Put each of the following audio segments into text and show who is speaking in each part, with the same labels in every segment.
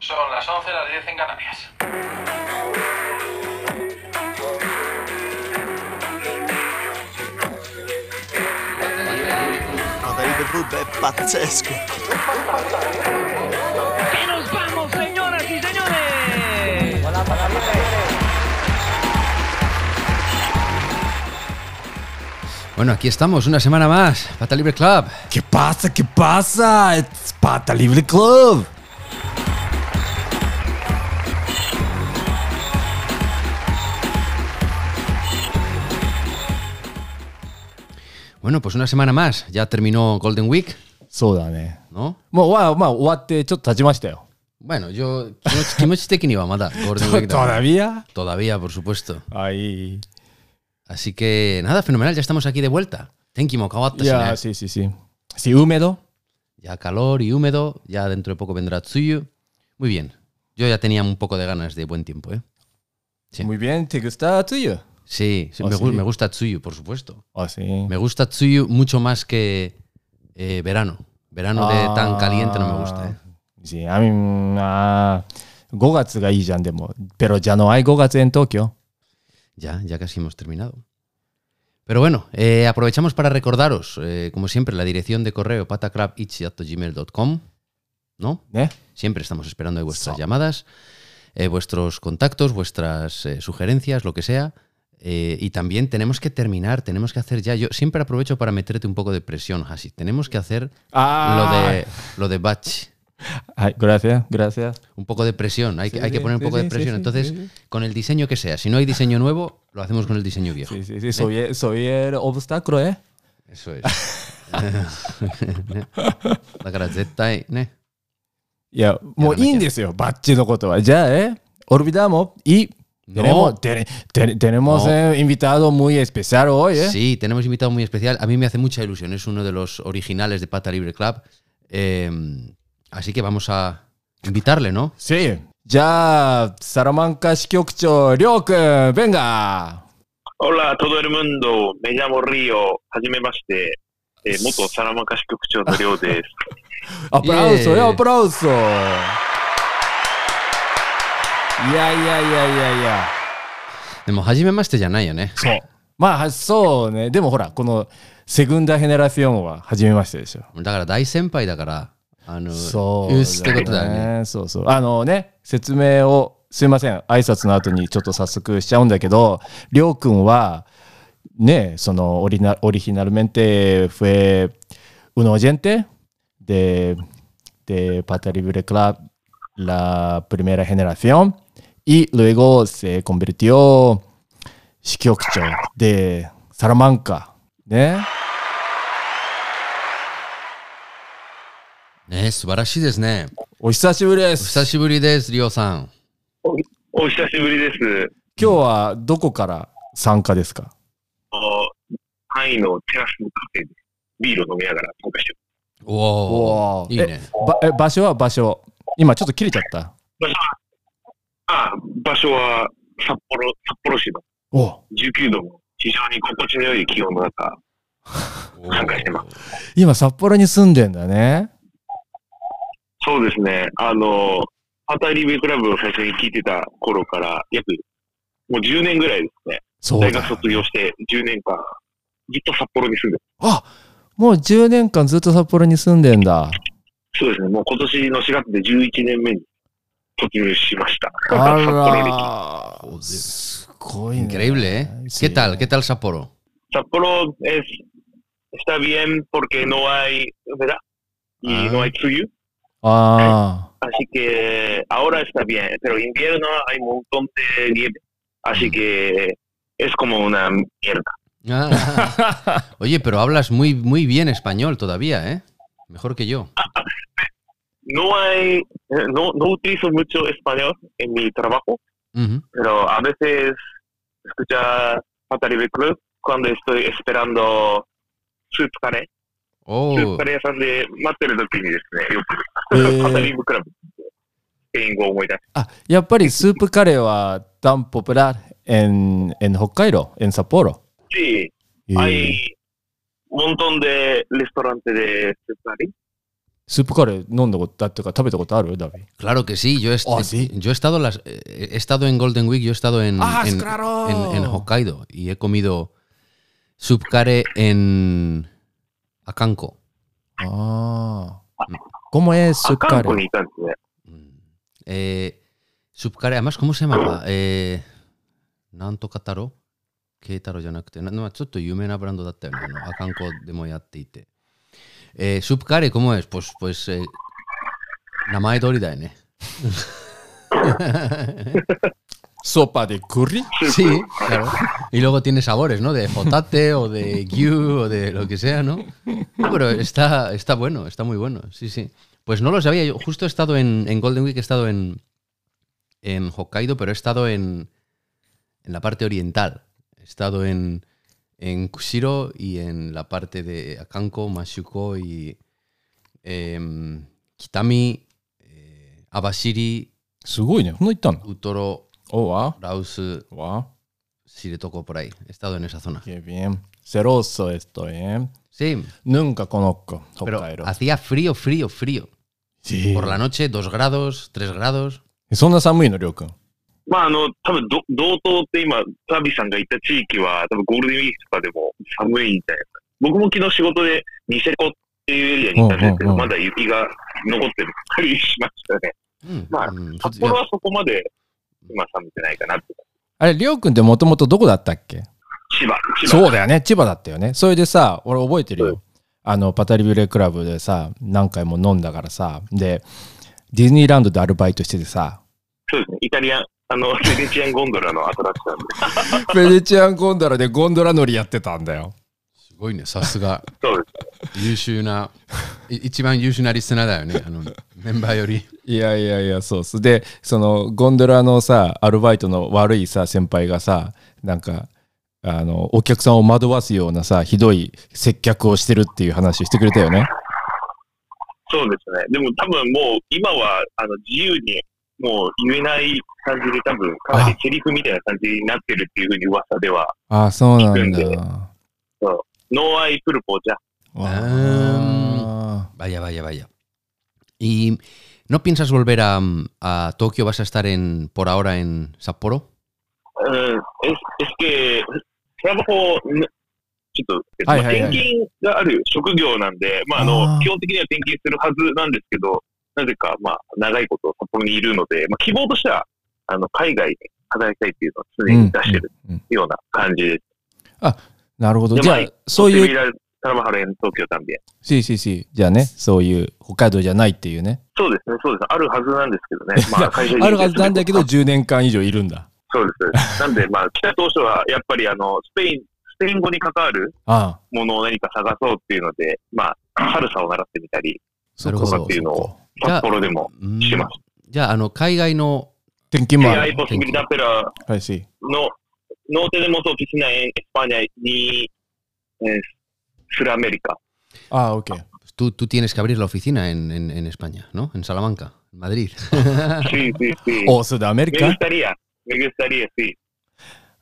Speaker 1: Son las 11, las 10 en Canarias.
Speaker 2: Madrid de Buda es pazzesco.
Speaker 3: ¡Que nos vamos, señoras y señores!
Speaker 4: Bueno, aquí estamos, una semana más, Pata Libre Club.
Speaker 5: ¿Qué pasa? ¿Qué pasa? It's Pata Libre Club.
Speaker 4: Bueno, pues una semana más, ya terminó Golden Week,
Speaker 5: そうだね。
Speaker 4: ¿no?
Speaker 5: もう、わまあ、終わってちょっと経ちました よ。
Speaker 4: Bueno, yo... Kimochi Mada, Golden Week. da-
Speaker 5: ¿Todavía?
Speaker 4: Todavía, por supuesto.
Speaker 5: Ay.
Speaker 4: Así que nada, fenomenal, ya estamos aquí de vuelta. Tenki Mokawatta.
Speaker 5: Ya, sí, sí, sí. Sí, húmedo.
Speaker 4: Ya calor y húmedo, ya dentro de poco vendrá Tsuyu. Muy bien, yo ya tenía un poco de ganas de buen tiempo, ¿eh? Sí.
Speaker 5: Muy bien, ¿te gusta tuyo?
Speaker 4: Sí, sí,
Speaker 5: Ah,
Speaker 4: me, gu-
Speaker 5: sí.
Speaker 4: me gusta Tsuyu, por supuesto.
Speaker 5: Ah, sí.
Speaker 4: Me gusta Tsuyu mucho más que eh, verano. Verano
Speaker 5: Ah.
Speaker 4: de tan caliente no me gusta, ¿eh?
Speaker 5: Sí, a mí, mm, ah, 5月がいいじゃん、でも。Pero ya no hay 5月 en Tokio.
Speaker 4: Ya, ya casi hemos terminado. Pero bueno, eh, aprovechamos para recordaros, eh, como siempre, la dirección de correo patacrabitch.gmail.com, ¿no?
Speaker 5: ¿Eh?
Speaker 4: Siempre estamos esperando de vuestras
Speaker 5: Sí.
Speaker 4: llamadas, eh, vuestros contactos, vuestras eh, sugerencias, lo que sea. Eh, y también tenemos que terminar, tenemos que hacer ya. Yo siempre aprovecho para meterte un poco de presión, así. Tenemos que hacer lo de, lo de batch.
Speaker 5: Ay, gracias, gracias.
Speaker 4: Un poco de presión, hay, que,
Speaker 5: Sí,
Speaker 4: hay que
Speaker 5: sí,
Speaker 4: poner un
Speaker 5: sí,
Speaker 4: poco de
Speaker 5: sí, sí,
Speaker 4: presión.
Speaker 5: sí,
Speaker 4: Entonces,
Speaker 5: sí,
Speaker 4: con el diseño que sea, si no hay diseño nuevo, lo hacemos con el diseño viejo.
Speaker 5: Sí, sí, sí, soy, el- soy el obstáculo, ¿eh?
Speaker 4: Eso es. da cara, zettai, ne.
Speaker 5: いや、もういいんですよ、バッチのことは。じゃあ、え、オルビダーも、い、
Speaker 4: No.
Speaker 5: tenemos, te- te- tenemos
Speaker 4: No.
Speaker 5: eh, invitado muy especial hoy, ¿eh?
Speaker 4: Sí, tenemos invitado muy especial. A mí me hace mucha ilusión, es uno de los originales de Pata Libre Club. Eh, así que vamos a invitarle, ¿no?
Speaker 5: Sí.じゃあ、サラマンカ支局長、りょうくん、ベンガ
Speaker 6: Hola a todo el mundo, me llamo Río, hajime mashite, eh, moto Salamanca Shikukucho de Río de
Speaker 5: アプラウソ
Speaker 4: Yeah.
Speaker 5: よ、アプラウソいやいやいやいやいや。
Speaker 4: De Mojajime Maste Yanayo, ¿eh?
Speaker 5: そう。まあ、そうね。でもほら、この、セグンダヘネラシオンは初めましてでしょ。
Speaker 4: Em, Da cara, dai senpai, da cara. Ah, no.
Speaker 5: そう
Speaker 4: うっすってことだよね
Speaker 5: ね。そうそう。あのね、説明を、すいません、挨拶の後にちょっと早速しちゃうんだけど、りょうくんは、ね、そのオリナ、オリジナルメンテ、フェ、ウノジェンテ、で、で、パタリブレクラ、ラ、プリメラヘネラシオン、y luego se convirtió 支局長 de Salamanca ね。
Speaker 4: ね素晴らしいですね。
Speaker 5: お久しぶりで
Speaker 4: お
Speaker 5: す。
Speaker 4: 久しぶりです、リオさん。
Speaker 6: お久しぶりです。
Speaker 5: 今日はどこから参加ですか
Speaker 6: あの範囲のテラスのカフェでビールを飲みながら参加して
Speaker 4: おお
Speaker 5: おー
Speaker 4: いいね。
Speaker 5: ばえ場所は場所。今ちょっと切れちゃった。
Speaker 6: ます。あ場所は札幌、札幌市の
Speaker 5: お
Speaker 6: 19度の非常に心地の良い気温の中、
Speaker 4: お
Speaker 6: 参加してま
Speaker 4: ー
Speaker 5: 今札幌に住んでんだね。
Speaker 6: そうですね、あの、パタリベクラブを最初に聞いてた頃から約もう10年ぐらいですね、
Speaker 5: そう
Speaker 6: 大学
Speaker 5: だ。
Speaker 6: 卒業して10年間、ずっと札幌に住んで
Speaker 5: あもう10年間ずっと札幌に住んでんだ。
Speaker 6: そうですね、もう今年の4月で11年目に突入しました。
Speaker 5: あ
Speaker 6: 札幌歴。
Speaker 5: ら。すごいね。
Speaker 4: Increíble, ¿eh? ¿Qué tal? ¿Qué tal Sapporo?
Speaker 6: 札幌 es, está bien porque no hay, ¿verdad? Y
Speaker 4: Ah.
Speaker 6: no hay tsuyu.
Speaker 5: あ
Speaker 6: Así que ahora está bien, pero invierno hay un montón de nieve. Así que es como una mierda.
Speaker 4: Ah. Oye, pero hablas muy, muy bien español todavía, ¿eh? Mejor que yo.
Speaker 6: No hay, no, no utilizo mucho español en mi trabajo,
Speaker 4: Ujú.
Speaker 6: pero a veces escucha Pataribe Club cuando estoy esperando su caray.
Speaker 4: お
Speaker 6: スー
Speaker 4: お
Speaker 6: プカレー屋さんで待ってる時にですね、よ
Speaker 5: え
Speaker 6: く、
Speaker 5: ー
Speaker 6: パタリングクラブ、スペイン語を思い出し
Speaker 5: あ。あ、やっぱりスープカレーはダンポプラー en, en Hokkaido, en Sapporo.
Speaker 6: てし、
Speaker 5: えー
Speaker 6: はい、モントンでレストランテでスープカレー
Speaker 5: スープカレー飲んだことだっていうか食べたことあるダビー。
Speaker 4: Claro que sí, yo he, est-
Speaker 5: Ah, sí.
Speaker 4: yo he estado las, eh, he estado en Golden Week, yo he estado en,
Speaker 5: Ah,
Speaker 4: en,
Speaker 5: claro.
Speaker 4: en- en Hokkaido y he comido subcare en Akanko.
Speaker 5: ああ。¿Cómo es
Speaker 6: あ
Speaker 5: su curry?
Speaker 6: 韓国にいたんですね。
Speaker 4: Mm. Eh, subcare, además, ¿cómo se llamaba? Eh, Nanto Kataro. Keitaro じゃなくて、なまあ、ちょっと有名なブランドだったよね。あのアカンコでもやっていて。えー、スープカレー、¿cómo es? Pues, pues、えー、名前通りだよね。
Speaker 5: ¿Sopa de curry?
Speaker 4: Sí, claro. Y luego tiene sabores, ¿no? De jotate o de gyu o de lo que sea, ¿no? No, pero está, está bueno, está muy bueno, sí, sí. Pues no lo sabía, yo justo he estado en, en Golden Week, he estado en, en Hokkaido, pero he estado en, en la parte oriental. He estado en, en Kushiro y en la parte de Akanko, Mashuko y em, Kitami, eh, Abashiri,
Speaker 5: すごいね。そんな行ったんだ。
Speaker 4: Utoro,
Speaker 5: おわ
Speaker 4: Raus,
Speaker 5: わ
Speaker 4: si le tocó por ahí. He estado en esa zona.
Speaker 5: Qué bien. Celoso estoy, eh.
Speaker 4: Sí,
Speaker 5: Nunca conozco
Speaker 4: pero
Speaker 5: Hokkaido.
Speaker 4: hacía frío, frío, frío.
Speaker 5: Sí.
Speaker 4: Por la noche, 2 grados, 3 grados.
Speaker 5: そんな寒いの、りょうくん。
Speaker 6: まあ、あの、多分ど、道東って今、サビさんがいた地域は、多分ゴールデンウィークとかでも寒いみたいな。僕も昨日仕事でニセコっていうエリアに行ったんですけ
Speaker 5: うんうん
Speaker 6: ど、
Speaker 5: うん
Speaker 6: まだ雪が残ってるったりしましたね。
Speaker 4: Mm,
Speaker 6: Claro.
Speaker 4: mm,
Speaker 6: 札幌はそこまで今寒くないかなって。
Speaker 5: あれ、りょうくんってもともとどこだったっけ
Speaker 6: 千葉、千葉。
Speaker 5: そうだよね。千葉だったよね。それでさ、俺覚えてるよ。あの、パタリビレクラブでさ、何回も飲んだからさ、で、ディズニーランドでアルバイトしててさ、
Speaker 6: そうですね。イタリアン、あの、ベネチアンゴンドラのアトラクションで。
Speaker 5: ベネチアンゴンドラでゴンドラ乗りやってたんだよ。
Speaker 4: すごいね、さすが
Speaker 6: そうで
Speaker 4: 優秀な、い一番優秀なリスナーだよね、あのメンバーより。
Speaker 5: いやいやいや、そうっす。で、そのゴンドラのさ、アルバイトの悪いさ、先輩がさ、なんか、あの、お客さんを惑わすようなさ、ひどい接客をしてるっていう話をしてくれたよね。
Speaker 6: そうですね。でも多分もう今はあの自由にもう言えない感じで多分かなりセリフみたいな感じになってるっていうふうに噂では、
Speaker 5: ああ、そうなん
Speaker 6: 聞くんで
Speaker 5: だ。
Speaker 6: ノーアイプルポじゃ。
Speaker 5: わ
Speaker 4: あ
Speaker 5: あ
Speaker 4: Vaya, vaya, vaya. ¿Y no piensas volver a, mm, a Tokio? ¿Vas a estar en, por ahora en Sapporo?
Speaker 6: うん、え、es que、スラブホー、ねちょっと、
Speaker 5: はいはいはい
Speaker 6: まあ転勤がある職業なんで、まあ、あの
Speaker 5: あー
Speaker 6: 基本的には転勤するはずなんですけど、なぜか、まあ、長いこと札幌にいるので、まあ、希望としては、あの海外で働きたいっていうのを常に出してる
Speaker 5: うんうん
Speaker 6: ような感じです。
Speaker 5: なるほど。
Speaker 6: で
Speaker 5: じゃあ
Speaker 6: まあ、
Speaker 5: そういう
Speaker 6: セミラサラバハレン東京なんで。
Speaker 5: しししじゃあね、そういう北海道じゃないっていうね。
Speaker 6: そうですね、そうです。あるはずなんですけど ね。まあ、会社に
Speaker 5: あるはずなんだけど、10年間以上いるんだ。
Speaker 6: そうです。なんで、まあ、来た当初は、やっぱり、あの、スペイン、スペイン語に関わる
Speaker 5: ああ。
Speaker 6: ものを何か探そうっていうので、まあ、サルサを習ってみたり、
Speaker 4: なるほど
Speaker 5: そっかそっかそっか
Speaker 4: じゃあ
Speaker 6: 札幌でも。
Speaker 4: Mm,
Speaker 6: します。
Speaker 4: じゃあ、あの海外の、
Speaker 5: 転勤
Speaker 6: Que
Speaker 5: もある。
Speaker 6: hay posibilidad, pero
Speaker 5: はい、し。
Speaker 6: no, no tenemos oficina en España ni en Sudamérica.
Speaker 5: ああ、OK。
Speaker 4: tú, tú tienes que abrir la oficina en, en- en España, ¿no? En Salamanca, en Madrid.
Speaker 6: Sí, sí, sí.
Speaker 5: おスダアメリ
Speaker 6: Me
Speaker 5: カ
Speaker 6: gustaría, me gustaría, sí.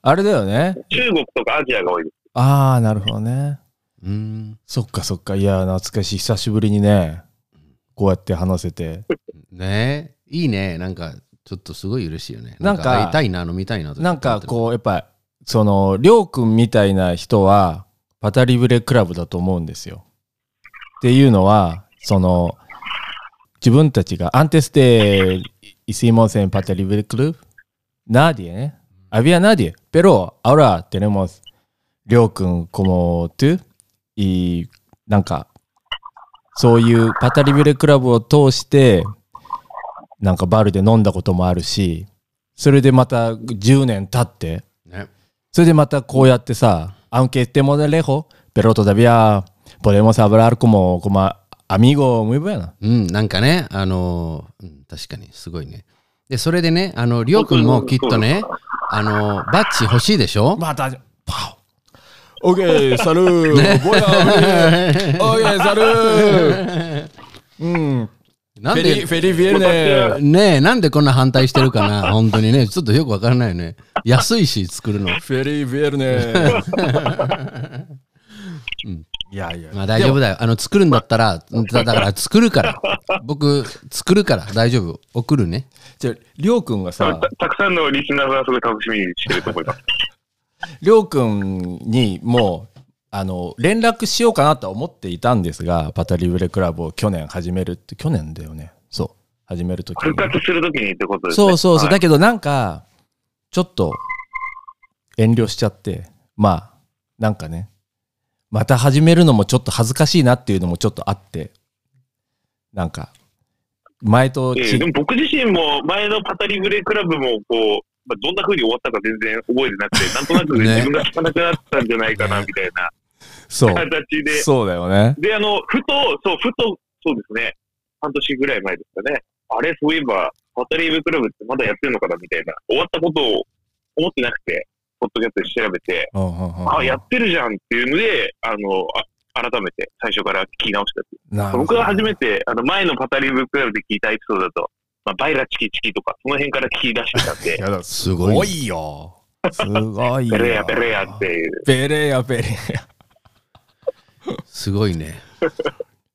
Speaker 5: あれだよね。
Speaker 6: 中国とかアジアが多いで
Speaker 5: ああ、なるほどね。
Speaker 4: Mm,
Speaker 5: そっかそっか。いや、懐かしい。久しぶりにね、こうやって話せて。
Speaker 4: ねえいいねなんかちょっとすごい嬉しいよね
Speaker 5: なんか
Speaker 4: 会いたいな飲みたいなと
Speaker 5: なんかこう、やっぱ、その、りょうくんみたいな人は、パタリブレクラブだと思うんですよ。っていうのは、その、自分たちが、アンテステ、イスイモセンパタリブレクラブ、ナディエね。Había nadie, pero ahora tenemos Ryokun como tú y なんかそういうパタリブレクラブを通してなんかバルで飲んだこともあるしそれでまた10年経って
Speaker 4: ね
Speaker 5: それでまたこうやってさ、aunque estemos de lejos, pero todavía podemos hablar como, como amigo muy bueno.
Speaker 4: うんなんかねあのーうん確かにすごいねでそれでねあのりょうくんもきっとねあのーバッジ欲しいでしょ
Speaker 5: Mata. Pau. Ok, salud. Buena. Ok, salud. Mm.
Speaker 4: なんで
Speaker 5: Feliz, feliz viernes.
Speaker 4: ねえなんでこんな反対してるかな 本当にねちょっとよくわからないよね安いし作るの
Speaker 5: Feliz viernes. いやいや。
Speaker 4: まあ大丈夫だよ。あの、作るんだったら、だだから作るから。僕、作るから大丈夫。送るね。
Speaker 5: じゃありょうくんが
Speaker 6: た
Speaker 5: さ、
Speaker 6: たくさんのリスナーがすごい楽しみにしてると思います。
Speaker 5: りょうくんにもう、あの、連絡しようかなとは思っていたんですが、パタリブレクラブを去年始めるって、去年だよね。そう。始めるとき
Speaker 6: 復活するときにってことですね。
Speaker 5: そうそうそう。
Speaker 6: はい
Speaker 5: だけどなんか、ちょっと、遠慮しちゃって、まあ、なんかね、また始めるのもちょっと恥ずかしいなっていうのもちょっとあって、なんか、前と
Speaker 6: ええ
Speaker 5: ち
Speaker 6: でも僕自身も前のパタリブレクラブもこう、まあ、どんな風に終わったか全然覚えてなく て、なんとなく、ね
Speaker 4: ね
Speaker 6: 自分が聞かなくなったんじゃないかなみたいな
Speaker 5: そう。
Speaker 6: 形で、
Speaker 5: そうだよね。
Speaker 6: で、あの、ふと、そう、ふと、そうですね、半年ぐらい前ですかね、あれ、そういえば、パタリブレクラブってまだやってるのかなみたいな、終わったことを思ってなくて、ポッドキャストで調べて、
Speaker 5: うんうんうんうん
Speaker 6: あ、やってるじゃんっていうので、あの、あ改めて最初から聞き直した
Speaker 5: なるほど
Speaker 6: 僕が初めて、あの、前のパタリブクラブで聞いたエピソードだと、まあ、バイラチキチキとか、その辺から聞き出してたん
Speaker 5: い
Speaker 6: で、
Speaker 5: やだ
Speaker 4: すごい
Speaker 5: すごいよ。すごいよ。
Speaker 6: ペレアペレアって。いう。
Speaker 5: ペレヤペレヤ。
Speaker 4: すごいね。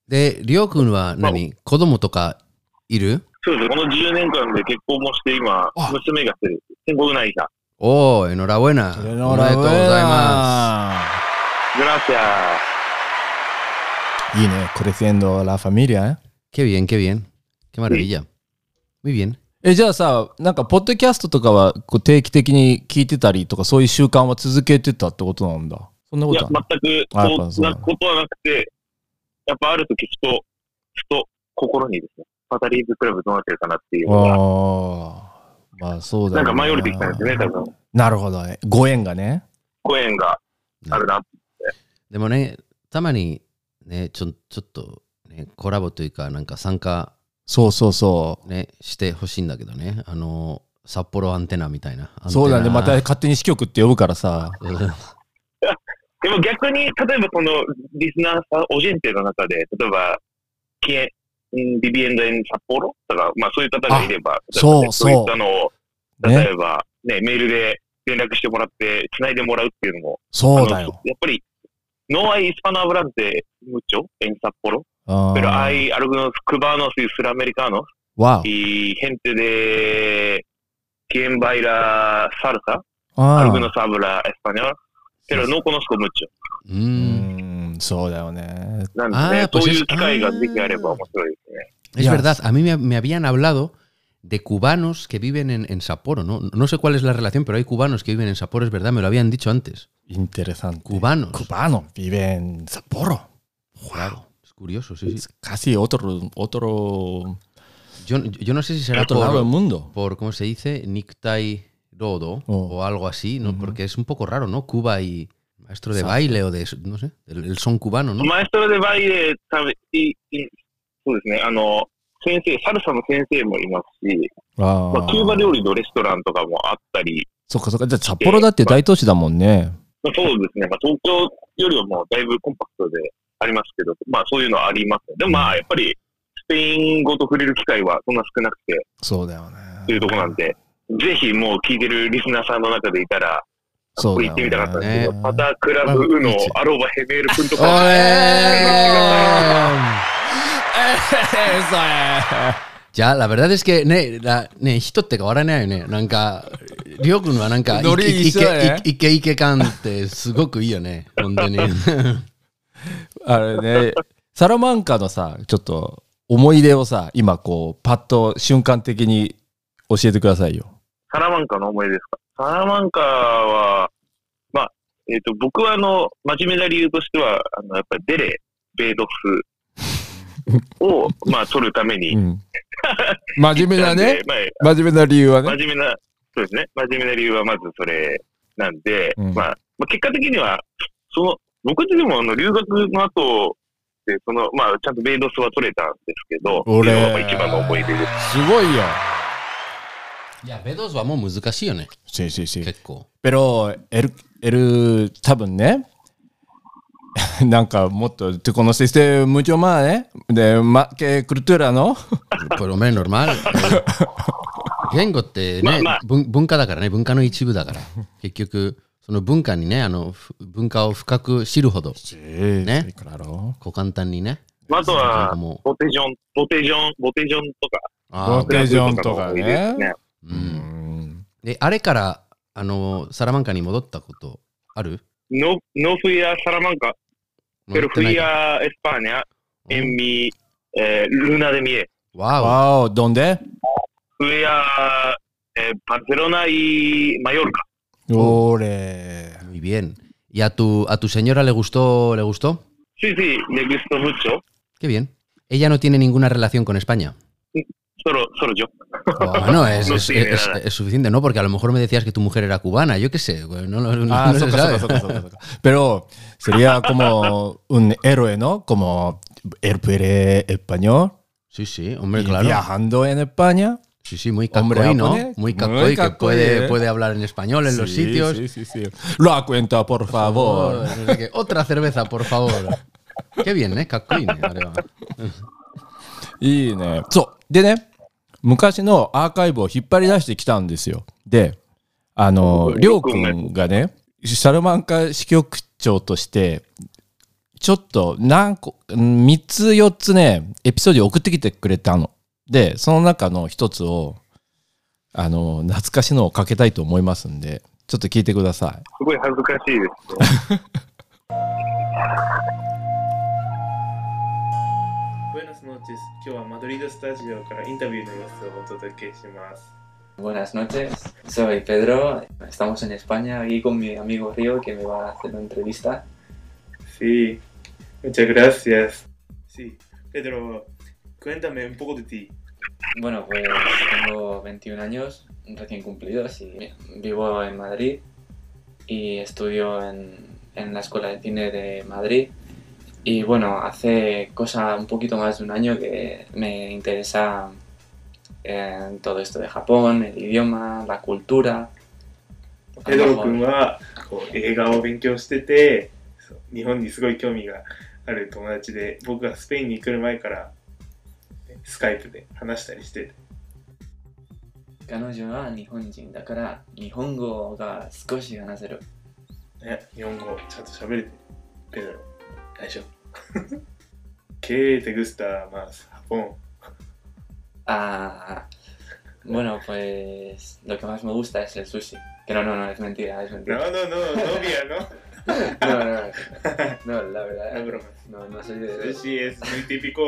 Speaker 4: で、りょうくんは何子供とかいる
Speaker 6: そうです。この10年間で結婚もして、今、娘がする。天国ないさ。
Speaker 4: おー、enhorabuena. おめでとうございます。
Speaker 6: グラシア。
Speaker 5: す。いいね。creciendo la familia.
Speaker 4: Qué bien, qué bien. Qué maravilla. Muy bien.
Speaker 5: え、じゃあさ、なんか、ポッドキャストとかはこう定期的に聞いてたりとか、そういう習慣は続けてたってことなんだ。そんなこ
Speaker 6: い
Speaker 5: と
Speaker 6: や
Speaker 5: は、
Speaker 6: 全
Speaker 5: あやっぱそ
Speaker 6: く、そうう
Speaker 5: なん
Speaker 6: な
Speaker 5: だ
Speaker 6: ことはなくて、やっぱある時、ふと、ふと、心にですね、パタリブクラブどうなってるかなっていうのが、
Speaker 5: ああ。まあ、そうだ
Speaker 6: な
Speaker 5: よね
Speaker 6: んか迷ってきたんですね、多分。
Speaker 5: なるほどね。ご縁がね。
Speaker 6: ご縁があるなって。
Speaker 4: でもね、たまにね、ちょちょっと、ね、コラボというか、なんか参加、
Speaker 5: そうそうそ
Speaker 4: ね、してほしいんだけどね。あの、札幌アンテナみたいな。
Speaker 5: う。そうだね。また
Speaker 4: うん
Speaker 5: 勝手に支局って呼ぶからさ。
Speaker 6: でも逆に、例えばこのリスナーさん、オジェンテの中で、例えば、キエんビビエンドエン札幌とか、まあそういう方がいれば、例え
Speaker 5: そ
Speaker 6: ばね
Speaker 5: う
Speaker 6: い
Speaker 5: そう
Speaker 6: ったのを、
Speaker 5: ね
Speaker 6: 例。えば、ね、メールで連絡してもらって、繋いでもらうっていうのも、
Speaker 5: そう
Speaker 6: あ
Speaker 5: だ
Speaker 6: の
Speaker 5: よ。
Speaker 6: やっぱり、ノーアイ・スパナブランテ、ムチョ、エン札幌、
Speaker 5: あ
Speaker 6: pero
Speaker 5: ー
Speaker 6: hay algunos cubanos y suramericanos
Speaker 5: わ
Speaker 6: y gente de quien baila salsa,
Speaker 5: おあー
Speaker 6: algunos habla español, pero no conozco mucho.
Speaker 4: う。
Speaker 5: うんん、そうだよね。
Speaker 6: なんで
Speaker 4: あ
Speaker 6: ね
Speaker 4: ー、
Speaker 6: そう
Speaker 4: pues
Speaker 6: い
Speaker 4: es-
Speaker 6: う機会がぜひあれば面白いですね。
Speaker 4: Es
Speaker 5: Ya.
Speaker 4: verdad, a mí me, me habían hablado de cubanos que viven en, en Sapporo, ¿no? No sé cuál es la relación, pero hay cubanos que viven en Sapporo, es verdad, me lo habían dicho antes.
Speaker 5: インテレサンテ。
Speaker 4: Cubanos.
Speaker 5: クバノ。ビベン、サポロ。
Speaker 4: Claro, es curioso, sí, sí.
Speaker 5: Casi otro, otro,
Speaker 4: Yo, yo no sé si será
Speaker 5: otro lado del
Speaker 4: por,
Speaker 5: mundo.
Speaker 4: por, ¿cómo se dice? Nictai Rodo
Speaker 5: Oh.
Speaker 4: o algo así, ¿no?
Speaker 5: Ujú.
Speaker 4: Porque es un poco raro, ¿no? Cuba y maestro de
Speaker 5: Exacto.
Speaker 4: baile o de, no sé, el, el son cubano, ¿no?
Speaker 6: マエストロでバイエ、たぶいいそうですね、あの、先生、サルサの先生もいますし、
Speaker 5: あ
Speaker 6: まあ、キューバ料理のレストランとかもあったり、
Speaker 5: そっかそっか。じゃあ札幌だって大都市だもんね。
Speaker 6: まあ、そうですね、まあ、東京よりはもうだいぶコンパクトでありますけど、まあそういうのはありますね。でもまあやっぱり、スペイン語と触れる機会はそんな少なくて、
Speaker 5: そうだよね。
Speaker 6: というところなんで、ぜひもう聞いてるリスナーさんの中でいたら、
Speaker 5: そ
Speaker 6: 僕
Speaker 5: うだ
Speaker 6: 行
Speaker 5: よ
Speaker 6: ってみたかったん
Speaker 5: ね。
Speaker 6: ですけ
Speaker 5: ね
Speaker 6: ど、パタークラブウのアローバヘメール君とか、
Speaker 4: ¡Olé!
Speaker 5: それ
Speaker 4: Ya, la verdad es que ne, la, ne, hitoteka, ahora ne, ne, nanka, ryokun wa nanka,
Speaker 5: Nori
Speaker 4: ike-
Speaker 5: issue da
Speaker 4: ike-
Speaker 5: ne.
Speaker 4: ike- ike- ikekan te sugoku ii yo ne, honden ni.
Speaker 5: あれね。サラマンカのさ、ちょっと思い出をさ、今こう、パッと瞬間的に教えてくださいよ。
Speaker 6: サラマンカの思い出ですかサラマンカは、まあ、えっ、と、僕はあの、真面目な理由としては、あの、やっぱりデレ、ベイドス を、まあ、取るために
Speaker 5: う、 ん。真面目なね。
Speaker 6: まあ
Speaker 5: 真面目な理由はね。
Speaker 6: 真面目な、そうですね。真面目な理由はまずそれなんで、
Speaker 5: うん
Speaker 6: まあ、まあ、結果的には、その、僕自身もあの留学の後で、その、まあ、ちゃんとベイドスは取れたんですけど、
Speaker 5: 俺
Speaker 6: っていうのがまあ一番の思い出です。
Speaker 5: すごいよ。
Speaker 4: Ya, B2 wa mo muzukashi yo ne,
Speaker 5: ししし
Speaker 4: kekko.
Speaker 5: ペロ、エル、エル、多分ね、 なんかもっと、このシステム、無調まあね、で、ま、け、クルトゥーラの、
Speaker 4: Pues hombre, normal. eh, Gengo te, ne, bun- bunka da kara ne, bunka no ichibu da kara. Kekyoku, その文化にね、あの、ふ文化を深く知るほど、 ね
Speaker 5: それからろ
Speaker 4: こう簡単にね。
Speaker 6: あと
Speaker 4: なんか
Speaker 6: は、
Speaker 4: も
Speaker 6: ボテジョン、ボテジョン、ボテジョンとか、
Speaker 4: うあ
Speaker 5: ボ
Speaker 4: ー
Speaker 5: テジョンとかね
Speaker 6: グラブも多いですね
Speaker 4: う、
Speaker 5: うんん。
Speaker 4: で、あれから、あの、サラマンカに戻ったことある
Speaker 6: ノノフイア・サラマンカ、ペルフイア・エスパーニャ、エンミ、えールナデミエ、
Speaker 4: わ
Speaker 5: わお、どんで
Speaker 6: フイア、えーバルセロナイ・マヨルカ。
Speaker 5: 俺。
Speaker 4: o muy bien. ¿Y a tu, a tu señora le gustó? ¿Le gustó?
Speaker 6: Sí, sí, le gustó mucho.
Speaker 4: Qué bien. Ella no tiene ninguna relación con España.
Speaker 6: Solo, solo yo.
Speaker 4: Bueno, es,
Speaker 6: No
Speaker 4: es-
Speaker 6: tiene
Speaker 4: es-
Speaker 6: nada.
Speaker 4: es suficiente, ¿no? Porque a lo mejor me decías que tu mujer era cubana, yo qué sé. güey, No, no- no-
Speaker 5: Ah,
Speaker 4: no se
Speaker 5: soca,
Speaker 4: sabe.
Speaker 5: soca, soca, soca, soca. Pero sería como un héroe, ¿no? Como el pere español.
Speaker 4: Sí, sí,
Speaker 5: y
Speaker 4: hombre, claro.
Speaker 5: Viajando en España.
Speaker 4: Sí, sí, muy
Speaker 5: Hombre
Speaker 4: cacoy, ¿no?
Speaker 5: japonés.
Speaker 4: Muy
Speaker 5: Muy
Speaker 4: cacoy, que
Speaker 5: cacoy,
Speaker 4: puede,
Speaker 5: ¿eh?
Speaker 4: puede hablar en español en los
Speaker 5: Sí,
Speaker 4: sitios. Oh,
Speaker 5: Sí, sí, sí. La cuenta, por favor.
Speaker 4: No sé qué. Otra cerveza, por favor. Qué bien, ¿eh? Cacoy. ¿no? Ahora va.
Speaker 5: いいね。そう。でね、昔のアーカイブを引っ張り出してきたんですよ。で、あの、りょうくんがね、サルマンカ支局長として、ちょっと何個、うん3つ4つね、エピソードを送ってきてくれたの。で、その中の1つを、あの、懐かしのをかけたいと思いますんで、ちょっと聞いてください。
Speaker 6: すごい恥ずかしいです。
Speaker 7: Buenas noches. 今日はマドリードスタジオからインタビューの様子をお届けします。
Speaker 8: Buenas noches, soy Pedro. Estamos en España aquí con mi amigo Río que me va a hacer una entrevista.
Speaker 7: Sí. Muchas gracias. Sí. Pedro, cuéntame un poco de ti.
Speaker 8: Bueno, pues tengo 21 años recién cumplidos y vivo en Madrid y estudio en, en la Escuela de Cine de Madrid. Y bueno, hace cosa un poquito más de un año que me interesa eh, todo esto de Japón, el idioma, la cultura. A
Speaker 7: ペ
Speaker 8: lo
Speaker 7: ドロ
Speaker 8: mejor-
Speaker 7: 君はこう映画を勉強してて、そう日本にすごい興味がある友達で、僕がスペインに来る前からスカイプで話したりしてて。
Speaker 8: 彼女は日本人だから日本語が少し話せる。
Speaker 7: ね、日本語ちゃんと喋れてる。ペドロ、大丈夫。que te gusta más Japón?
Speaker 8: Ah, bueno, pues lo que más me gusta es el sushi. Que no, no, no, es mentira, es
Speaker 7: No,
Speaker 8: mentira.
Speaker 7: no, no, novia, ¿no?
Speaker 8: No, no, no, no, la
Speaker 7: No,
Speaker 8: verdad.
Speaker 7: broma.
Speaker 8: No, no soy
Speaker 7: Eso
Speaker 8: de...
Speaker 7: Sí, es muy típico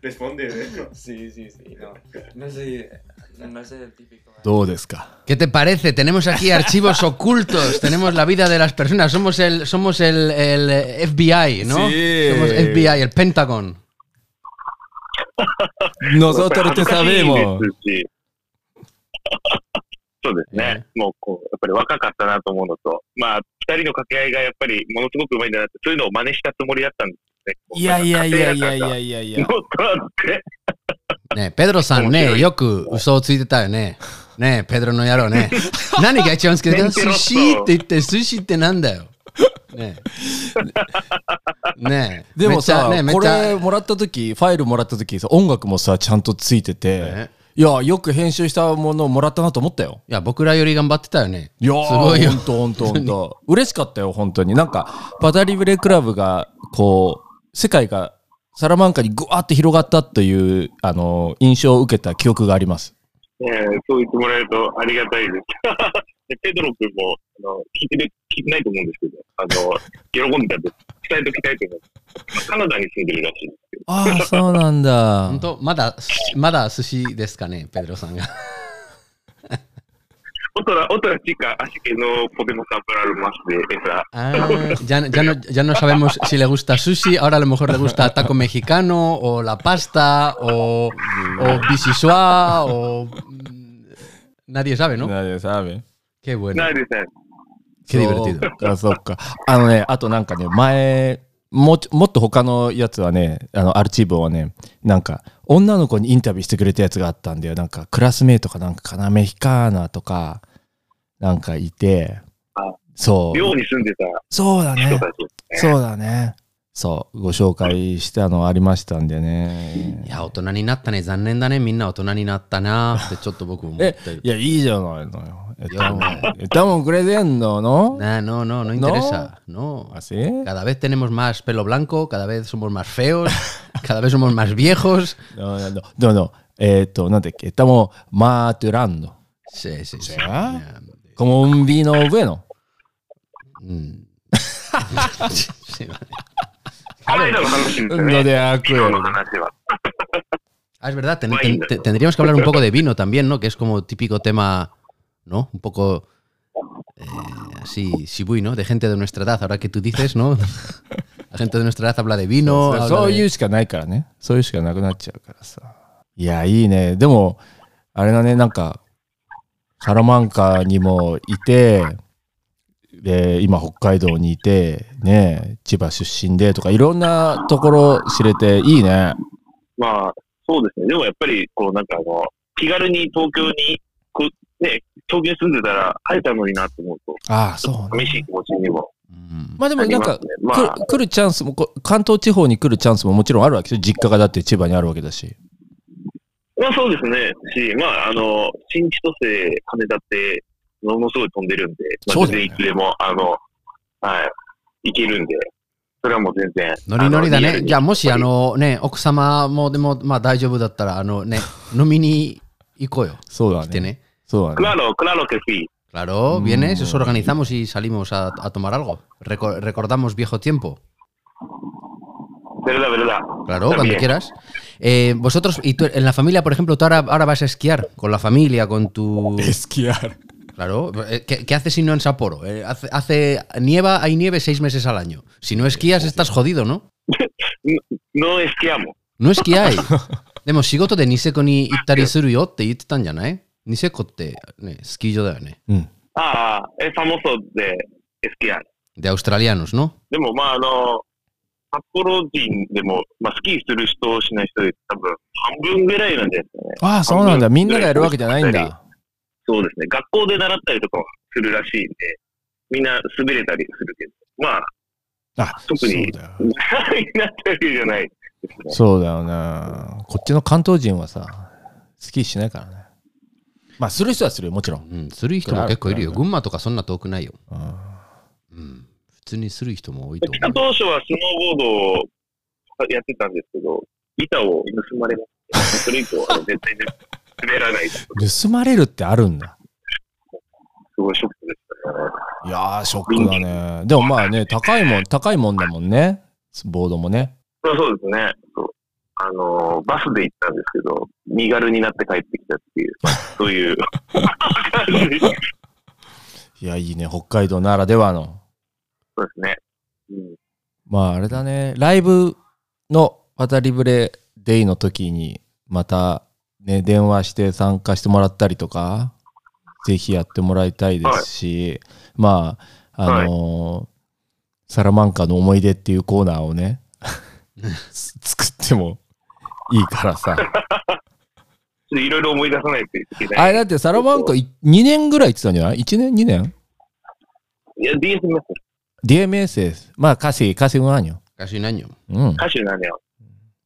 Speaker 7: responde, ¿eh?
Speaker 8: Sí, sí, sí, no. No soy, de- no soy del típico.
Speaker 5: どうですか
Speaker 4: ¿Qué te parece? Tenemos aquí archivos ocultos, tenemos la vida de las personas, somos el, somos el, el, eh, FBI, ¿no?
Speaker 5: Sí.
Speaker 4: Somos FBI, el Pentagon.
Speaker 5: Nosotros
Speaker 6: 恥
Speaker 5: te
Speaker 6: ずかしい
Speaker 5: sabemos.
Speaker 6: ですし。 そうですね。もうこう、やっぱり若かったなと思うのと、まあ、二人の掛け合いがやっぱりものすごくうまいんだなって、そういうのを真似したつもりだったんですね。
Speaker 5: いやいやいやいやいや
Speaker 6: い
Speaker 5: いやい
Speaker 6: や。
Speaker 5: や
Speaker 6: も。っとあって、
Speaker 4: ねえペドロさんね、よく嘘をついてたよね。ねえ、ペドロの野郎ね。何が一番好きだ
Speaker 6: メンテ
Speaker 4: 寿
Speaker 6: ロ
Speaker 4: 司って言って、寿司ってなんだよ。ねえ。ねえ。
Speaker 5: でもさ、
Speaker 4: めっちゃね、めっ
Speaker 5: こ
Speaker 4: ちゃ
Speaker 5: れもらった時ファイルもらった時さ音楽もさちゃんとついてて、
Speaker 4: ね
Speaker 5: いやよく編集したものをもらったなと思ったよ
Speaker 4: いや、僕らより頑張ってたよね。
Speaker 5: いやー
Speaker 4: すごいよ
Speaker 5: ほんとほんとほん と嬉しかったよ本当になんかパタリブレクラブがこう世界がサラマンカにぐわって広がったというあの印象を受けた記憶があります
Speaker 6: えーそう言ってもらえるとありがたいです。でペドロ君もあの聞いてる聞いてないと思うんですけど、あの喜んでたんで、伝えときたいと思います。カナダに住んでるらしいですけど。
Speaker 5: ああそうなん だ
Speaker 4: 本当まだ、まだ寿司ですかね、ペドロさんが。
Speaker 6: Otra, otra chica, así que no podemos hablar más de esa.
Speaker 4: Ah, ya, ya no, ya no sabemos si le gusta sushi, ahora a lo mejor le gusta taco mexicano, o la pasta, o, o bisisua, o... mm, Nadie sabe, ¿no?
Speaker 5: でさ
Speaker 4: Qué bueno.
Speaker 6: Nadie sabe.
Speaker 4: Qué divertido.
Speaker 5: そうか、そうか。あのね、あとなんかね、前、もうちょもっと他のやつはね、あの、アルチーブはね、なんか、女の子にインタビューしてくれたやつがあったんだよ。なんか、クラスメイトかなんかかな、メヒカーナとか、なんかいて
Speaker 6: あ、
Speaker 5: そう。
Speaker 6: 寮に住んでた
Speaker 5: そうだ
Speaker 6: 人
Speaker 5: ね
Speaker 6: た。ち。
Speaker 5: そうだね。そう、ご紹介したのありましたんでね
Speaker 4: い。や、大 este 人になったね、残念だね、みんな大人になったなーってちょっと僕も思っ
Speaker 5: え
Speaker 4: て、る。
Speaker 5: いや、いいじゃないのよ。 Estamos, estamos creyendo, ¿no?
Speaker 4: Nah, no, no, no interesa. No.
Speaker 5: ¿Así?
Speaker 4: Cada vez tenemos más pelo blanco, cada vez somos más feos, cada vez somos más viejos.
Speaker 5: No, no, no. no, no. Eh, esto, no te- que estamos maturando.
Speaker 4: Sí, sí, sí.
Speaker 5: ¿Será? Como un vino bueno.
Speaker 4: Mm. Sí, vale.
Speaker 6: 彼らの話ですよ
Speaker 5: No
Speaker 6: ね。
Speaker 5: de acuerdo.
Speaker 6: の話は。
Speaker 4: Ah, es verdad, ten-
Speaker 6: Wine.
Speaker 4: ten- te- tendríamos que hablar un poco de vino también, ¿no? Que es como típico tema, ¿no? Un poco eh, así, shibui, ¿no? De gente de nuestra edad, ahora que tú dices, ¿no? La gente de nuestra edad habla de vino.
Speaker 5: そう
Speaker 4: habla
Speaker 5: そうい
Speaker 4: de-
Speaker 5: うしかないからねそういうしかなくなっちゃうからさいやいいねでもあれだねなんかサラマンカにもいてで今北海道にいてね千葉出身でとかいろんなところ知れていいね
Speaker 6: まあ、そうですね。でもやっぱり、こう、なんかあの、気軽に東京に、こう、ね、東京に住んでたら、会えたのになと思うと、
Speaker 5: ああそうね
Speaker 6: 寂しい気持ちにも
Speaker 4: Mm.
Speaker 5: まあでも
Speaker 6: なり
Speaker 5: なん
Speaker 6: ます
Speaker 5: か
Speaker 6: ね。まあ
Speaker 5: く、来るチャンスもこ関東地方に来るチャンスももちろんあるわけでしょ実家がだって千葉にあるわけだし
Speaker 6: まあそうですね。し、まあ、あの、新千歳、羽田って、ものすごい飛んでるんで、ま
Speaker 5: そ
Speaker 6: あ、
Speaker 5: うだよね
Speaker 6: 全然いつでも、あの、はい、行けるんで、それはもう全然。
Speaker 4: ノリノリだ
Speaker 6: あの
Speaker 4: ね。じゃあ、もし、
Speaker 6: リア
Speaker 4: あ
Speaker 6: ルに
Speaker 4: の、ね、奥様も、でも、まあ、大丈夫だったら、あの、ね、飲みに行こうよ。
Speaker 5: そうだ
Speaker 4: 来て
Speaker 5: ね
Speaker 4: ね。
Speaker 5: そうだね
Speaker 6: Claro, claro que sí.
Speaker 4: Claro,
Speaker 5: Mm.
Speaker 4: vienes, os organizamos y salimos a, a tomar algo. Reco- recordamos viejo tiempo.
Speaker 6: Verdad, verdad.
Speaker 4: Claro, cuando
Speaker 6: También.
Speaker 4: quieras. Eh, vosotros, y tú, en la familia, por ejemplo, tú ahora, ahora vas a esquiar con la familia, con tu.
Speaker 5: エスキアール
Speaker 4: Claro, eh, ¿qué, qué haces si no en Sapporo? Eh, hace, hace- nieva, hay nieve seis meses al año. Si no esquías, estás jodido, ¿no?
Speaker 6: No esquiamos.
Speaker 4: No esquiáis. Demo, sigoto de niseko ni ittari suru yo te ittetan janai? Niseko te, ne, esquillo da yo, ne.
Speaker 5: うん
Speaker 6: Ah, es famoso de esquiar.
Speaker 4: De australianos, ¿no?
Speaker 6: でも、まあ、あの、札幌人でも、まあ、スキーする人、しない人で、多分、半分ぐらいなんじゃないですかね。
Speaker 5: ああそうなんだみんながやるわけじゃないんだ
Speaker 6: そうですね。学校で習ったりとかはするらしいんで、みんな滑れたりするけど、まあ、
Speaker 5: あ
Speaker 6: 特に
Speaker 5: そうだよ
Speaker 6: になったわけじゃないですね。
Speaker 5: そうだよね。こっちの関東人はさ、スキーしないからね。まあ、する人はするよ、もちろん。
Speaker 4: Mm, suru hito mo
Speaker 5: Claro,
Speaker 4: kekko iru yo.
Speaker 5: claro.
Speaker 4: Gunma toka sonna toku nai yo.
Speaker 5: うん、
Speaker 4: Mm. Futsu ni suru hito mo oi
Speaker 6: 来た
Speaker 4: to.
Speaker 6: 当初はスノーボードをやってたんですけど、板を盗まれました。それ以降は絶対に滑 らない。す
Speaker 5: 盗まれるってあるんだ。
Speaker 6: ごいショックでしたね。
Speaker 5: いやー、ショックだね。でもまあね、高いもん、高いもんだもんね。ボードもね。
Speaker 6: まあそうですね。そうあのバスで行ったんですけど、身軽になって帰ってきたっていう、まあそういう 感じ。そうで
Speaker 5: いや、いいね、北海道ならではの。
Speaker 6: すね。うん
Speaker 5: まあ、あれだね、ライブの渡りブレデイの時に、また、ね、電話して参加してもらったりとか、ぜひやってもらいたいですし、まあ、あのーサラマンカの思い出っていうコーナーをね、作ってもいいからさ。
Speaker 6: ちょっといろいろ思い出さないといけない。
Speaker 5: あれだってサラマンカ2年ぐらい行ってたんじゃない ?1 年 ?2 年
Speaker 6: いや、DSMS、
Speaker 5: ?DMS です。まあ、casi, casi un año.
Speaker 4: Casi un año.
Speaker 5: うん。
Speaker 6: 歌手なんだよ。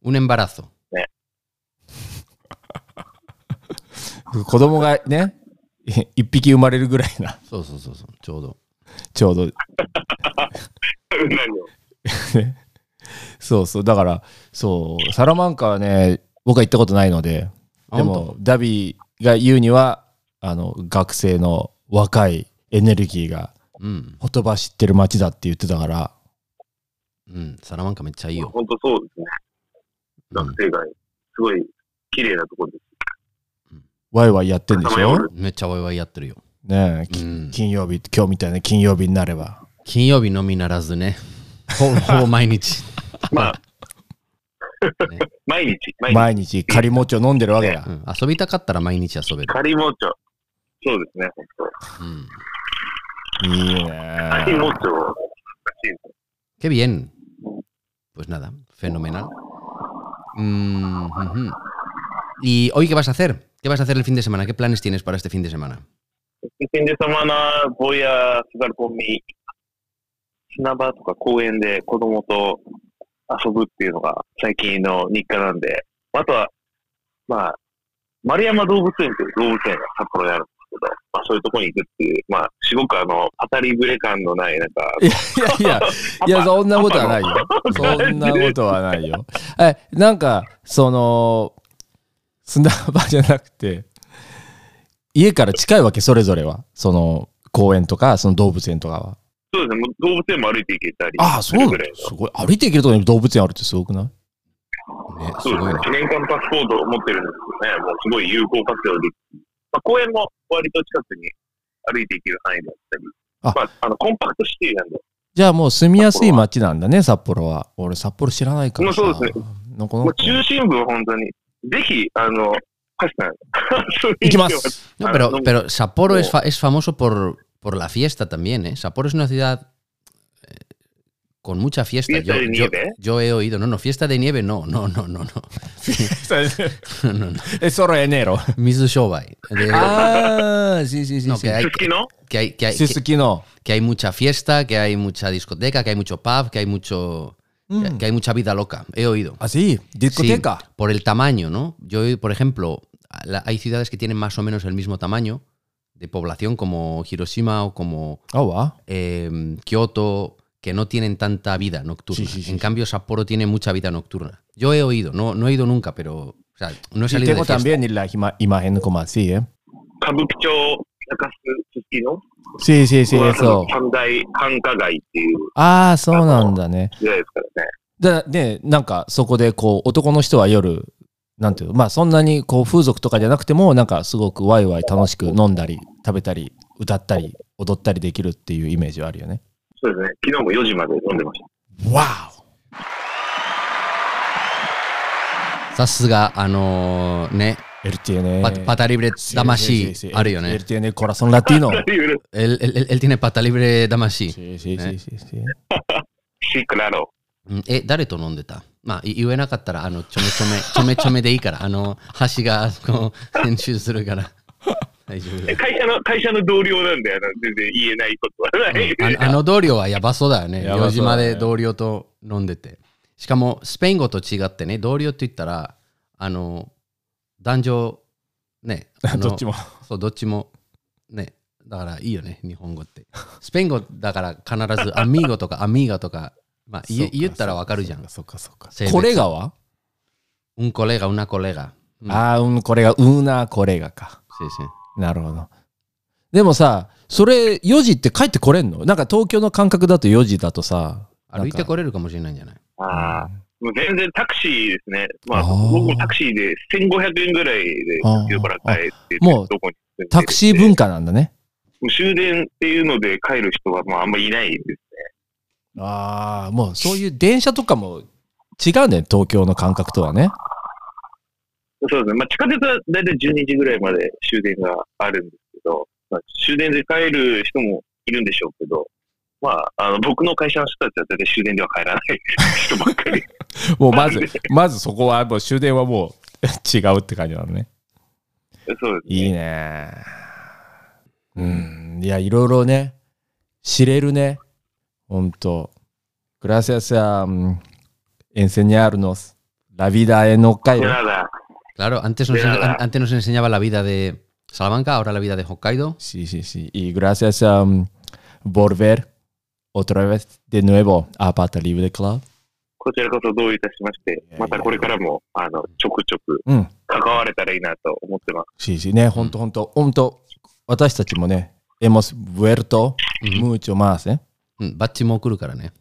Speaker 4: Un embarazo.
Speaker 5: 子供がね、1匹生まれるぐらいな、
Speaker 4: So, so, so, so. Chodo.
Speaker 5: ちょうど。
Speaker 6: なんだよ
Speaker 5: そうそう、だから、そう、サラマンカはね、僕は行ったことないので、
Speaker 4: あ
Speaker 5: でも、ダビーが言うには、あの、学生の若いエネルギーが、
Speaker 4: Mm,
Speaker 5: ほとばしってる街だって言ってたから、
Speaker 4: mm. Salamanca me chai yo.
Speaker 6: 本当そうですね。
Speaker 4: Mm,
Speaker 6: 学生街。すごい綺麗なところです。
Speaker 5: ワイワイやってんでし
Speaker 6: さまよ
Speaker 5: ょ
Speaker 6: う
Speaker 4: Me chawai wai yatteru yo.
Speaker 5: ねえ、き
Speaker 4: Mm.
Speaker 5: 金曜日、今日みたいな金曜日になれば。
Speaker 4: 金曜日のみならずね、ほぼほぼ毎日。
Speaker 6: まあ、
Speaker 4: ね
Speaker 6: 毎日、毎日。
Speaker 5: 毎日、カリモチョ飲んでるわけだ
Speaker 4: う。ん遊びたかったら毎日遊べる。
Speaker 6: カリモーチョ。そうですね、本当。
Speaker 4: うん
Speaker 5: い いね。
Speaker 6: カリモーチョ。
Speaker 4: Qué bien. Pues nada, fenomenal. Mm, ujú. ¿Y hoy qué vas a hacer? ¿Qué vas a hacer el fin de semana? ¿Qué planes tienes para este fin de semana?
Speaker 6: Este fin de semana voy a jugar con mi 砂場とか公園で子供と遊ぶっていうのが最近の日課なんで、あとは、まあ、丸山動物園という動物園が札幌にあるんですけど、まあ、そういうとこに行くっていう、まあ、すごくあの、語りぶれ感のない、なんか、
Speaker 5: いや、いや、そんなことはないよ。そんなことはない よ。え、なんか、その、砂場じゃなくて、家から近いわけ、それぞれは。その、公園とか、その動物園とかは。
Speaker 6: そうですね、もう動物園も歩いて行けたり
Speaker 5: ああ、
Speaker 6: す
Speaker 5: そうな
Speaker 6: る
Speaker 5: ん
Speaker 6: ぐ
Speaker 5: だ
Speaker 6: らい。
Speaker 5: すごい。歩いていけるところに動物園あるってすごくない
Speaker 4: ねす
Speaker 6: そうです
Speaker 4: ごい
Speaker 6: ね
Speaker 4: な。。
Speaker 6: 年間パスポートを持ってるんですけどね、もうすごい有効活用できる。まあ、公園も割と近くに歩いて行ける範囲だったり、
Speaker 5: あ
Speaker 6: まあ、あのコンパクトシティなんで、
Speaker 5: じゃあもう住みやすい街なんだね、札幌は。俺、札幌知らないからさ。
Speaker 6: まあそうですね
Speaker 5: なんか
Speaker 6: もう中心部は本当に、ぜひ、あの、カシさん、
Speaker 5: 行きま
Speaker 6: 遊びに来て
Speaker 5: す。
Speaker 4: No, pero,
Speaker 6: Ah, no.
Speaker 4: pero Sapporo es, fa- es famoso por, por la fiesta también, ¿eh? Sapporo es una ciudad eh, con mucha fiesta.
Speaker 6: Fiesta
Speaker 4: yo,
Speaker 6: de
Speaker 4: yo-
Speaker 6: nieve, ¿eh?
Speaker 4: yo he oído, no, no, fiesta de nieve, no, no, no, no, no.
Speaker 5: え、 そろエネロ。
Speaker 4: Mizushobai. De-
Speaker 6: Ah,
Speaker 5: あ あ、sí, sí, sí,
Speaker 4: no,
Speaker 5: sí.
Speaker 4: que hay,
Speaker 6: すきの
Speaker 4: que hay, que hay,
Speaker 5: すす
Speaker 4: que,
Speaker 5: きの。
Speaker 4: que hay mucha fiesta, que hay mucha discoteca, que hay mucho pub, que hay mucho.
Speaker 5: Mm.
Speaker 4: que hay mucha vida loca. He oído.
Speaker 5: Ah, sí,
Speaker 4: Sí,
Speaker 5: discoteca.
Speaker 4: por el tamaño, ¿no? Yo, por ejemplo, a la- hay ciudades que tienen más o menos el mismo tamaño de población, como Hiroshima o como
Speaker 5: Ah, va.
Speaker 4: eh, Kioto, que no tienen tanta vida nocturna.
Speaker 5: Sí, sí, sí,
Speaker 4: en
Speaker 5: sí.
Speaker 4: cambio, Sapporo tiene mucha vida nocturna. Yo he oído, no, no he ido nunca, pero o sea, no he
Speaker 5: Y
Speaker 4: salido de
Speaker 5: tengo
Speaker 4: fiesta.
Speaker 5: también la ima- imagen como así, ¿eh?
Speaker 6: 歌舞伎町中洲すすきの
Speaker 5: Sí, sí, sí,
Speaker 6: これは
Speaker 5: eso.
Speaker 6: 三大繁華街っていう
Speaker 5: Ah, そうなんだね。
Speaker 6: 時代ですから
Speaker 5: だ
Speaker 6: ね。
Speaker 5: で、なんかそこでこう、男の人は夜、なんていうのまあそんなにこう風俗とかじゃなくても、なんかすごくワイワイ楽しく飲んだり、食べたり、歌ったり、踊ったりできるっていうイメージはあるよね。
Speaker 6: そうですね。昨日も4時まで飲んでました。
Speaker 5: わ
Speaker 4: Sasuga, ano, ne,
Speaker 5: o Él tiene...
Speaker 4: pat- pata libre
Speaker 5: Eh, Sí, sí,
Speaker 4: damashi,
Speaker 5: sí, sí.
Speaker 4: Arion, eh.
Speaker 5: Él tiene corazón latino.
Speaker 4: él, él- él- él tiene pata libre damashi.
Speaker 5: Sí, sí, sí, sí, sí.
Speaker 6: シクラロ。
Speaker 4: Mm, Eh, dare to nonde ta. Ma, i- iue nakattara, ano, chome chome- chome chome de ii kara, ano, hashi ga asuko senshu suru kara. 大丈夫だ。
Speaker 6: え会社の、会社の同僚なんで、あの全然言えないことはない。
Speaker 4: あのあの同僚はやばそうだよね。
Speaker 5: やば
Speaker 4: 4時
Speaker 5: そうだ
Speaker 4: まで
Speaker 5: ね
Speaker 4: 同僚と飲んでて。しかも、スペイン語と違ってね、同僚って言ったら、あの、男女、ね、あの
Speaker 5: どっちも。
Speaker 4: そう、どっちも、ね、だからいいよね、日本語って。スペイン語だから必ず、アミーゴとかアミーガとか、まあ、言え言ったらわかるじゃん。
Speaker 5: そっかそっか。
Speaker 4: 性別
Speaker 5: これがは
Speaker 4: うんこれが、うなこれが。うん
Speaker 5: ああ、うん、これが、うな、これがか。
Speaker 4: Ah. Sí, sí.
Speaker 5: なるほど。でもさ、それ4時って帰ってこれんのなんか東京の感覚だと4時だとさ、
Speaker 4: 歩いて
Speaker 5: れ
Speaker 4: これるかもしれないんじゃない
Speaker 6: ああ。もう全然タクシーですね。まあ、
Speaker 5: あー
Speaker 6: 僕もタクシーで1500円ぐらいで
Speaker 5: あー、
Speaker 6: 家から帰ってて、
Speaker 5: あもう
Speaker 6: どこに住んでる
Speaker 5: タクシー文化なんだね。
Speaker 6: もう終電っていうので帰る人は、まあ、あんまりいないです。
Speaker 5: ああ、もうそういう電車とかも違うんだよ、東京の感覚とはね。
Speaker 6: そうですね。まあ、地下鉄はだいたい12時ぐらいまで終電があるんですけど、まあ、終電で帰る人もいるんでしょうけど、まあ、あの僕の会社の人たちは大体終電では帰らない 人ばっか り。
Speaker 5: もうまず、まずそこはもう終電はもう違うって感じなのね。
Speaker 6: そうですね。
Speaker 5: いいね。うん、いや、いろいろね、知れるね。ほんと。Gracias a mm, enseñarnos la vida en Hokkaido.
Speaker 6: ただ、
Speaker 4: Claro, antes nos,
Speaker 6: De nada.
Speaker 4: an- antes nos enseñaba la vida de Salamanca, ahora la vida de Hokkaido.
Speaker 5: Sí, sí, sí. Y gracias a mm, volver otra vez de nuevo a Pata Libre Club.
Speaker 6: こちらこそどういたしまして、またこれからも、あの、ちょくちょく
Speaker 5: うん。
Speaker 6: 関われたらいいなと思ってます。
Speaker 5: Sí, sí. ね、ほんとほんと。ほんと、私たちもね、hemos vuelto mucho más, ¿eh?
Speaker 4: うんバッチも送るからね。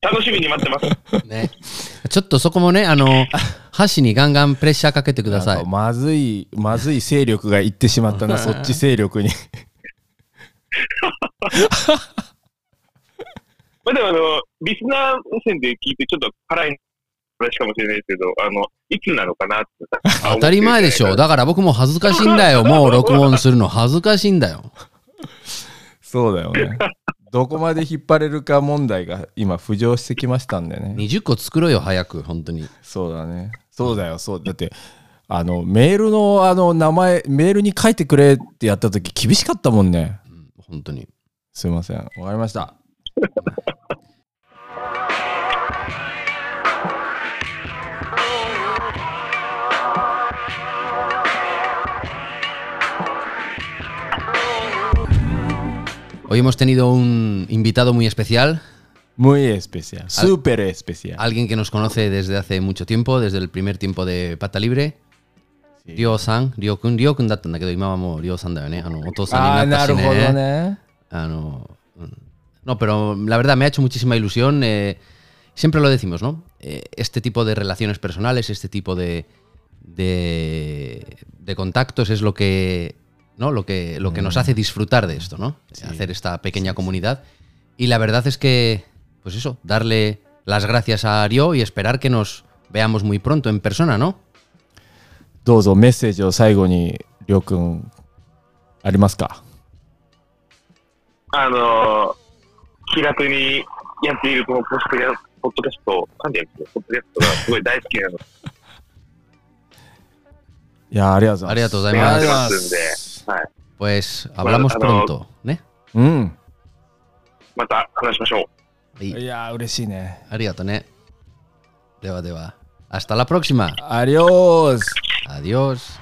Speaker 6: 楽しみに待って ます。
Speaker 4: ね、ちょっとそこもね、あの、箸にガンガンプレッシャーかけてくださ
Speaker 5: なん
Speaker 4: い
Speaker 5: か。まずい、まずい勢力が行ってしまったな、そっち勢力に。
Speaker 6: まあでもあの、リスナー目線で聞いて、ちょっと辛い話かもしれないですけど、あの、いつなのかなって。
Speaker 4: 当たり前でしょ。だから僕も恥ずかしいんだよ。もう録音するの恥ずかしいんだよ。
Speaker 5: そうだよね。どこまで引っ張れるか問題が今浮上してきましたんでね。
Speaker 4: 20個作ろうよ、早く、本当に。
Speaker 5: そうだね。そうだよ、そうだって。あのメールのあの名前メールに書いてくれってやった時厳しかったもんね
Speaker 4: うん本当に。
Speaker 5: すいませんわかりました
Speaker 4: Hoy hemos tenido un invitado muy especial,
Speaker 5: Muy especial. Súper especial.
Speaker 4: alguien que nos conoce desde hace mucho tiempo, desde el primer tiempo de Pata Libre.
Speaker 5: Sí.
Speaker 4: リオさん、リオ君、リオ君だったんだけど、今はもうリオさんだよね。あの、お父さん
Speaker 5: あー、
Speaker 4: になっ
Speaker 5: な
Speaker 4: た
Speaker 5: る
Speaker 4: し
Speaker 5: ほ
Speaker 4: ね。
Speaker 5: どね。
Speaker 4: Ah, no. No, pero la verdad me ha hecho muchísima ilusión. eh, siempre lo decimos, ¿no? Eh, este tipo de relaciones personales, este tipo de, de, de contactos es lo que, ¿no? lo que, lo que nos hace disfrutar de esto, ¿no?
Speaker 5: Mm. Sí.
Speaker 4: Hacer esta pequeña comunidad. Y la verdad es que, pues eso, darle las gracias a Ario y esperar que nos veamos muy pronto en persona, ¿no?
Speaker 5: どうぞメッセージを最後に、りょうくん、ありますか
Speaker 6: あのー気楽にやっているこのポッドキャポッドキャスト、なんでやってるポッドキャストがすごい大好きなので、
Speaker 5: いやー、ありがとうございます。
Speaker 4: ありがとうござい
Speaker 6: や
Speaker 4: ま
Speaker 6: って
Speaker 4: す。
Speaker 6: ますんで、はい、
Speaker 4: Pues hablamos
Speaker 6: Bueno, hasta
Speaker 4: pronto, ¿eh?
Speaker 5: うん。
Speaker 6: また話しましょう。
Speaker 4: Y-
Speaker 5: いやー、嬉しいね。
Speaker 4: Arigatone. Deba, deba. Hasta la próxima.
Speaker 5: ありょーす。
Speaker 4: Adiós.